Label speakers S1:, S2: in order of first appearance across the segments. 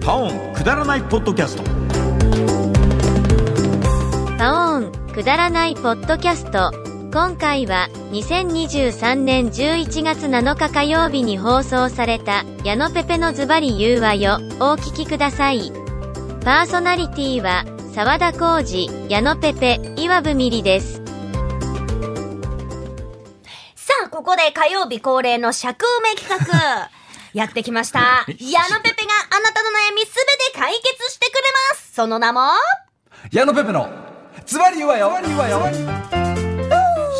S1: くだらないポッドキャスト
S2: パオーンくだらないポッドキャスト今回は2023年11月7日火曜日に放送された「矢野ペペのズバリ言うわよ」をお聞きくださいパーソナリティは沢田浩二矢野ペペ岩部みりです
S3: さあ、ここで火曜日恒例の尺埋め企 画、やってきました。矢野ペペがあなたの悩みすべて解決してくれます。その名も、
S4: 矢野ペペのズバリ言うわよ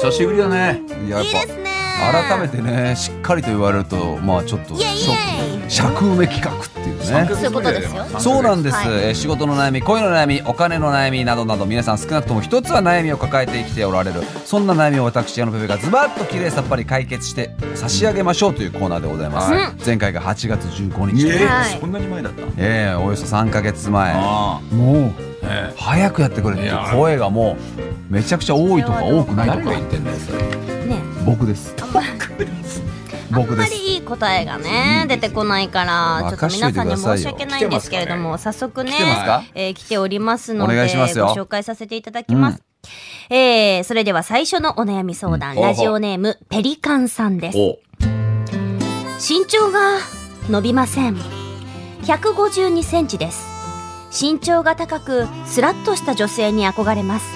S4: 久しぶりだねやっ
S3: いいですね。
S4: ぱ改めてねしっかりと言われるとまあちょっと
S3: イエイ
S4: ショック尺埋め企画っていうね
S3: そういうことですよ。
S4: そうなんです、
S3: はい
S4: えー仕事の悩み恋の悩みお金の悩みなどなど皆さん少なくとも一つは悩みを抱えて生きておられるそんな悩みを私矢野ペペがズバッときれいさっぱり解決して差し上げましょうというコーナーでございます、
S3: は
S4: 前回が8月15
S1: い
S4: 日、
S1: え
S3: はい
S1: そんなに前だった
S4: えーおよそ3か月前
S1: あ
S4: もう
S1: あえ
S4: 早くやってくれっていう声がもうめちゃくちゃ多いとか多くないとか
S1: てんだよそれ
S3: ね、
S4: 僕です
S3: あん
S4: 僕
S3: ま
S4: です
S3: りいい答えがね、出てこないから、ちょっと皆さんに申し訳ないんですけれども、早速ね
S4: 来てますか、
S3: えー来ておりますので、
S4: お願いしますよ
S3: ご紹介させていただきます。えーそれでは最初のお悩み相談、
S4: うん
S3: ラジオネーム、ペリカンさんです。
S4: お
S3: 身長が伸びません152センチです身長が高くスラッとした女性に憧れます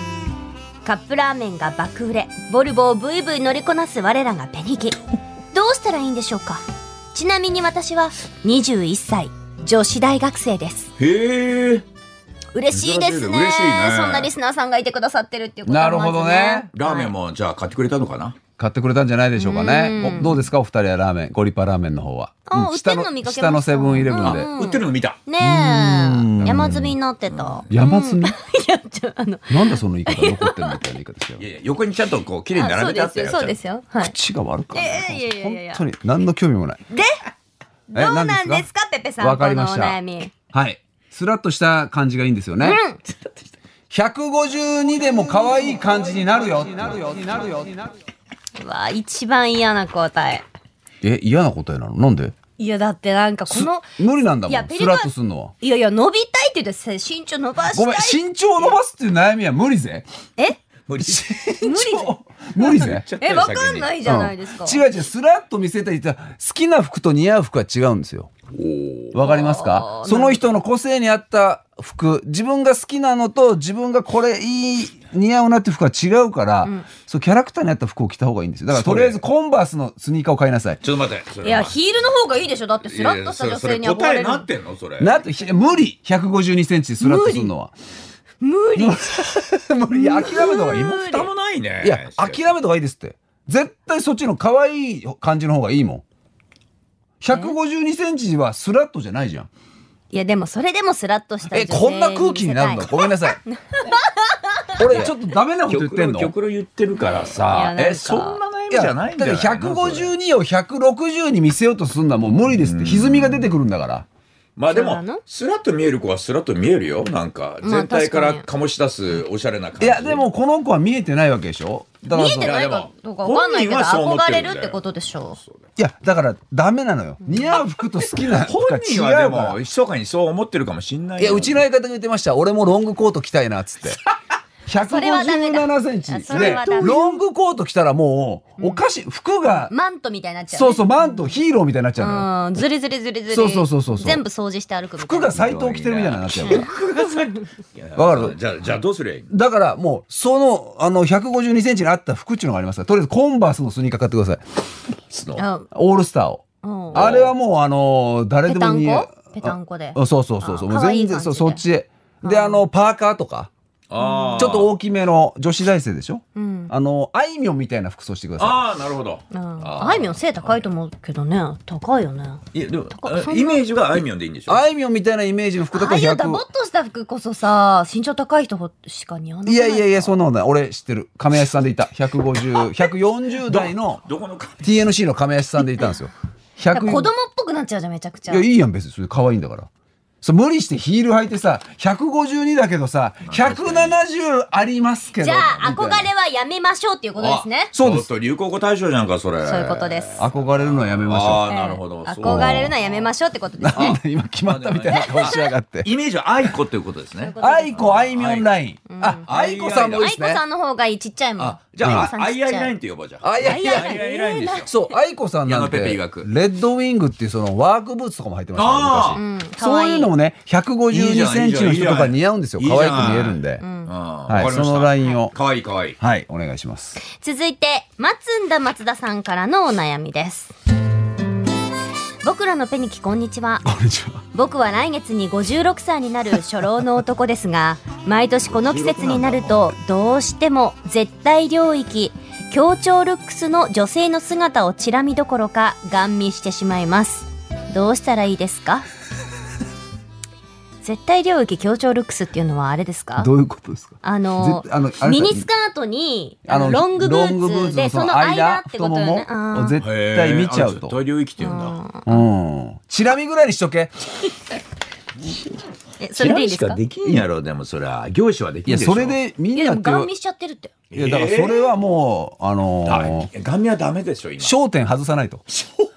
S3: カップラーメンが爆売れボルボをブイブイ乗りこなす我らがペニキどうしたらいいんでしょうかちなみに私は21歳女子大学生です
S1: へえ
S3: 嬉しいですね
S1: 嬉しいね
S3: そんなリスナーさんがいてくださってるっていうこと
S4: なるほどね
S1: ラーメンもじゃあ買ってくれたのかな
S4: 買ってくれたんじゃないでしょうかね
S3: うん
S4: おどうですかお二人はラーメンゴリパラーメンの方は
S3: あー
S4: うん
S3: 売って
S4: 下
S3: るの
S4: の
S3: 見かけました
S4: 下のセブンイレブンで
S3: うん
S1: 売ってるの見た
S3: ね
S4: うん
S3: え山積みになってた
S4: 山積み
S3: いやちょあの
S4: なんだその言い方残ってるみたいな言い方して
S1: い
S4: る
S1: やいや横にちゃんとこう綺麗に並べてあったよ
S3: そうで
S1: ち
S3: すよそうですよはい
S4: 口が悪かっ
S3: いやいやいやいやいや
S4: 本当に何の興味もない
S3: で、
S4: え
S3: どうなん
S4: 何
S3: で
S4: ですす
S3: か
S4: か、
S3: ペペさん。
S4: わかりました
S3: このお悩み。
S4: はいスラッとした感じがいいんですよね152でも可愛い感じになるよなるよなるよ
S3: うわ、一番嫌な答え。
S4: え嫌な答えなのなんで
S3: いや、だってなんかこ
S4: す
S3: の、
S4: 無理なんだ
S3: い
S4: も
S3: や
S4: ん
S3: ペ
S4: ス
S3: リカン
S4: ラッとすんのはい
S3: やいや、伸びたいって言って身長伸ばしたい。
S4: ごめん身長を伸ばすっていう悩みは無理ぜ
S3: え
S1: ゃんと無理して
S3: 無理
S4: 無 理ぜ
S3: え、わかんないいじゃないですか。
S4: うん違う違うスラッと見せたり言ったら好きな服と似合う服は違うんですよわかりますか
S3: あー
S4: その人の個性に合った服自分が好きなのと自分がこれいい似合うなって服は違うから、そうキャラクターに合った服を着た方がいいんですよだから
S1: それ
S4: とりあえずコンバースのスニーカーを買いなさい
S1: ちょっと待ってそれはい
S3: や、ヒールの方がいいでしょ。だってスラッとした
S1: いやい
S3: 女
S1: やそれ
S3: 性に憧れ
S1: それ答え
S3: る
S1: な。ってんのそれ
S4: なんとひ無理152センチスラッとするのは
S3: 無理。
S4: 無理諦めた方がいいもん
S1: 蓋もないね
S4: いや、諦めた方がいいですって。絶対そっちの可愛い感じの方がいいもん。152センチはスラッとじゃないじゃん。
S3: いや、でもそれでもスラッとした
S4: え、
S3: 女性
S4: こんな空気になる
S3: 見
S4: の
S3: せたい
S4: ごめん なさい。俺ちょっとダメなこと言ってんの
S1: 極論言ってるからさ
S3: いやなんか
S1: えそんな悩み
S4: い
S1: じゃ
S4: や、
S1: ないん
S4: だ
S1: だ
S4: って
S1: よ
S4: 152を160に見せようとすんのはもう無理ですって。歪みが出てくるんだから。
S1: まあで
S3: そうなの
S1: もスラッと見える子はスラッと見えるよなんか
S3: まあ
S1: 全体か
S3: 確
S1: ら
S3: か
S1: 醸し出すおしゃれな感
S4: い
S1: じ
S4: や、でもこの子は見えてないわけでしょだから
S3: 見
S4: そ
S3: え
S4: の
S3: てないかどうかわかんないけど、
S1: いやでも本人はそう思っ
S3: 憧
S1: てる
S3: れ
S1: んだよ
S3: るってことでしょう。
S4: いや、だからダメなのよ。似合う服と好きな服が
S1: 本人は
S4: 違
S1: で
S4: うから
S1: も。密かにそう思ってるかもしんない
S4: いや、うちの
S1: の
S4: 相方が言ってました。俺もロングコート着たいな、っつ って。
S3: れはダメだ
S4: 157セン
S3: あ
S4: チ。
S3: それ
S4: で
S3: はダメ、
S4: ロングコート着たらもう、おかしい、服が、
S3: マントみたいになっちゃうね。
S4: そうそう、マント、ヒーローみたいになっちゃうのよ。
S3: うん、ずりずりずりずり。
S4: そうそうそうそうそう
S3: 全部掃除して歩くみたい
S4: 服
S3: な
S4: が。斎藤着てるみたいになっちゃうから。わかる
S1: じゃあじゃあどうすりゃいいの
S4: だからもう、その、あの、152センチに合った服っていうのがありますから、とりあえずコンバースのスニーカー買ってください。
S1: その
S3: あ
S4: オールスターを。
S3: うん
S4: あれはもう、あの、誰
S3: ペ
S4: で
S3: タ
S4: も
S3: ン
S4: 似合
S3: コ
S4: う。
S3: ペタンコで。
S4: あそうそうそうそう。
S3: あ
S4: もう
S3: 可愛い
S4: 全
S3: 感
S4: 然、
S3: じで
S4: そうそっちへ。で、あの、パーカーとか、
S1: あー
S4: ちょっと大きめの女子大生でしょ
S3: うん。
S4: あの、あいみょんみたいな服装してください。
S1: あーなるほど
S3: ああいみょん背高いと思うけどね高いよね
S1: いやでも
S3: 高そんな
S1: イメージがあいみょんでいいんでしょ
S4: あいみょんみたいなイメージの服と
S3: あ
S4: か
S3: あいうダボ
S4: 100
S3: っとした服こそさ身長高い人しか似合わない
S4: いやいやいや
S3: う
S4: そんなことない俺知ってる亀梨さんでいた150140代の
S1: どこのか
S4: TNC の亀梨さんでいたんですよ
S3: 子供っ
S4: 100
S3: ぽくなっちゃうじゃんめちゃくち
S4: い
S3: ゃ
S4: やいいやん別にそれ可愛いんだからそう無理してヒール履いてさ152だけどさ170ありますけど
S3: じゃあ
S4: みた
S3: 憧
S4: いな
S3: れはやめましょうっていうことですね
S4: そうです
S1: ちょっと流行語大賞じゃんか、それ。
S3: そういうことです
S4: 憧れるのはやめましょ
S1: ああ、なるほど。
S3: ええ
S1: そう
S3: 憧れるのはやめましょうってことです
S4: うなん
S3: ね
S4: だ今決まったみ たいな顔しやがって
S1: イメージは愛子ということですね。
S4: あいこあいみょんラインああいこさんもいい
S3: 愛
S4: です
S3: 子
S4: ね
S3: さんの方がいいちっちゃいもん
S1: あ、じゃ
S3: 愛子さ
S1: あ、
S3: ん
S1: ア
S3: ちっち
S1: イ
S3: ゃ
S1: ア
S3: い
S1: イラインって呼ぼうじゃん。
S4: あいやいや
S1: アイアイラインですよ。
S4: そう、愛子さんなんて、
S1: 矢野
S4: レ
S1: ペペ曰く
S4: ッドウィングっていうそのワークブーツとかも履いてましたね、
S1: あ
S4: 昔
S1: ー
S3: うんか
S4: そ
S3: わ
S4: う
S3: いい
S4: いうのもね、152センチの人とか似合うんですよ。
S1: いいじゃ
S4: 可
S1: んいい
S4: 愛
S1: じゃん
S4: く見えるんで。
S1: うん。
S4: は、
S1: はい
S4: そのラ
S1: イン。
S4: インを。
S1: かわいいかわいい。
S4: はい、お願いします。
S3: 続いて松んだ松田さんからのお悩みです僕らのペニキこんにちは
S4: こんにちは。
S3: 僕は来月に56歳になる初老の男ですが毎年この季節になるとどうしても絶対領域協調ルックスの女性の姿をチラ見どころかガン見してしまいますどうしたらいいです か絶対領域協調ルックスっていうのはあれですか
S4: どういうことですか
S3: あの
S4: 絶あのあれだ
S3: ミニスカートにあ
S4: あ
S3: の
S4: の
S3: ロングブ
S4: ロングブ
S3: ー
S4: ー
S3: ツ
S4: ツ
S3: で
S4: の
S3: そ
S4: そ
S3: の
S4: の
S3: 間
S4: 間
S3: って
S4: 太
S3: こと
S4: も
S3: よね
S4: も
S3: あ
S4: を
S3: ー
S4: 絶対見ちゃう
S1: あ
S4: と
S1: 絶。対領域って言うんだ。
S4: うん。チラ見ぐらいにしとけ。
S3: えそれでいいですか
S1: できんやろ、でもそりゃ。業種はで
S4: い
S1: きん
S4: や、
S1: でしょ。
S4: それでみ
S3: い
S4: ん
S3: や
S4: な
S3: で
S4: っ
S3: も
S4: て。
S3: ガン見しちゃってるって
S4: いや、だからそれはもう、あの
S1: あ
S4: ー、
S1: ガミはダメでしょ、今。
S4: 焦点外さないと。
S3: サン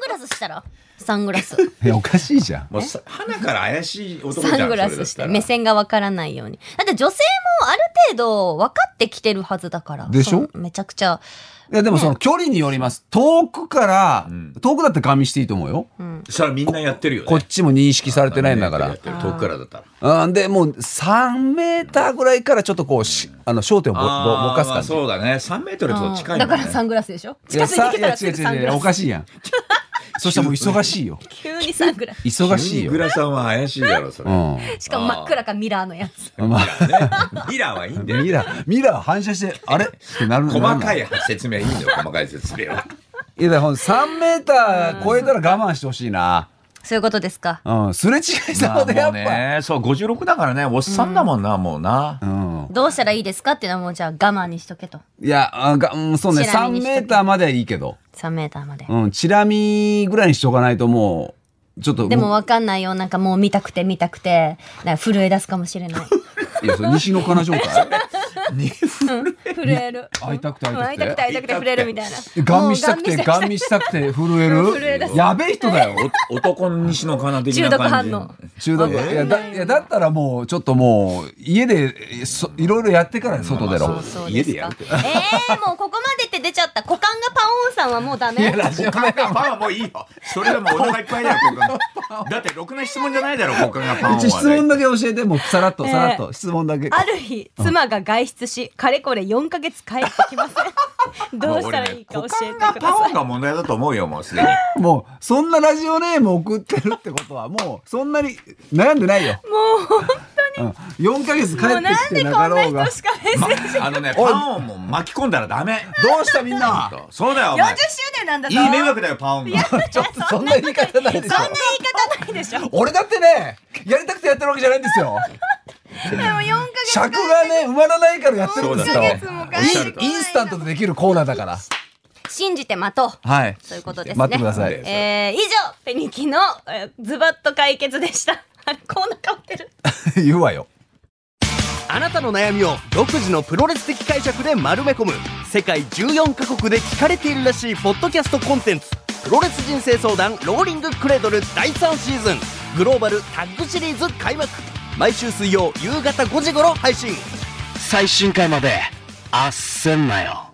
S3: グラスしたらサングラス
S4: いや、おかしいじゃん。
S1: もうさ、鼻から怪しい男じゃん。
S3: サングラスして
S1: それだったら
S3: 目線がわからないようにだって女性もある程度分かってきてるはずだから
S4: でしょ
S3: そうめちゃくちゃ
S4: いやでもその距離によります。遠くから、
S1: ん
S4: 遠くだってガン見していいと思うよ。
S1: それはみんなやってるよね。
S4: こっちも認識されてないんだから
S1: やっ。てる遠くからだったら。
S4: うん、で、もう3メーターぐらいからちょっとこうし、あの、焦点をぼぼぼかす
S1: あーまあ
S4: 感じ。
S1: そうだね。3メートルと近いも
S3: だ
S1: んね。
S3: からサングラスでしょ
S4: い
S3: 近
S4: や、
S3: づい
S4: さ
S3: て
S4: い
S3: きた
S4: や
S3: らす
S4: 違う
S3: ぐサン
S4: 違う
S3: グ
S4: 違う、
S3: ラ
S4: お
S3: ス
S4: かしいやん。そしたらもう忙しいよ。
S3: 急にサングラス
S4: 忙しいよ。
S1: グ
S4: う
S1: ラさんは怪しいだろ、それ。
S4: ん。
S3: しかも真っ暗かミラーのやつ
S4: まあ、
S1: ミラーはいいんだよ。
S4: ミラー、ミラー反射して、あれってなる
S1: 細
S4: なる
S1: かい説明いいんだよ、細かい説明は。
S4: いや、だから3メーター超えたら我慢してほしいな。
S3: そういうことですか
S4: うん、すれ違い そうでやっぱ。
S1: ね、そう、56だからね、おっさんだもんな、もうな。
S4: うん。
S3: どうしたらいいですかっていうのはもうじゃあ我慢にしとけと
S4: いや、あがうんそうね、
S3: ちなみに
S4: 3
S3: しとけ
S4: メーターまではいいけど。
S3: 3メーターまで
S4: うん、チラ見ぐらいにしとかないともう、ちょっと。
S3: でも分かんないよなんかもう見たくて見たくてなんか震え出すかもしれない
S4: いや、それ西のかな状態
S3: 震える
S4: 会いたくて
S3: 会
S4: 会
S3: い
S4: い
S3: た
S4: た
S3: くて
S4: くて
S3: 会いたくて震えるみたいな
S4: ガン見したくて、
S3: もう
S4: ガン見したくて震え
S3: 震え出
S4: る
S3: す
S4: やべえ人だよ。
S1: お男の西のかな的
S3: 中
S1: な
S3: 毒
S1: 感
S3: 反
S1: じ。
S3: 応
S4: 中毒。いや、だ、いやだったらもう、ちょっともう、家で、えそいろいろやってから外出
S1: まあ
S4: ろ
S1: ま。
S3: そう
S1: 家
S3: です
S1: でや
S3: か
S1: るけ。
S3: えー、もうここまでって出ちゃった。股間がパオーンさんはもうダメ。
S4: ラジオ
S1: 股間がパンはもういいよ。それでもお腹いっぱいだよ、股間が。だって、ろくな質問じゃないだろ、股間がパンは。
S4: 一質問だけ教えて、もうさらっと、
S3: ええ
S4: さらっと、質問だけ。
S3: ある日、妻が外出し、かれこれ4ヶ月帰ってきません。どうしたらいいか教えてくだ
S1: 股間がパ
S3: さ
S1: ン
S3: い。
S1: が問題だと思うよ、もうすでに。
S4: もう、そんなラジオネーム送ってるってことは、もう、そんなに悩んでないよ。
S3: も
S4: うん。4ヶ月帰
S3: う、もう
S4: って
S3: なん
S4: き
S3: で
S4: て
S3: こ
S4: なんか
S3: な
S4: ろう
S3: 人
S4: が。ど
S3: しかメッセージ
S1: ま、あのね、パンをもう巻き込んだらダメ。
S4: うしたみんな
S1: そうだよ、お
S3: 40
S1: 前
S3: 周。年なんだぞ。
S1: いい迷惑だよ、パンが。
S4: ちょっとそんな言い方ないでし
S3: そんな
S4: ょ。
S3: 言い方ないでしょ。でも
S4: 俺だってね、やりたくてやってるわけじゃないんですよ。
S3: 4ヶ月
S4: 尺がね、埋まらないからやってるんですよ。
S1: そうだ
S3: 月も
S1: おっしゃる
S3: 帰
S1: と
S4: インスタントでできるコーナーだから。
S3: 信じて待とう。
S4: はい。
S3: ということですね。
S4: 待ってください。
S3: えー、以上、ペニキの、えーズバッと解決でした。 あれコーナー変わってる。
S4: 言うわよ。
S5: あなたの悩みを独自のプロレス的解釈で丸め込む世界14カ国で聞かれているらしいポッドキャストコンテンツ「プロレス人生相談ローリングクレードル」第3シーズングローバルタッグシリーズ開幕毎週水曜夕方5時頃配信最新回まであっせんなよ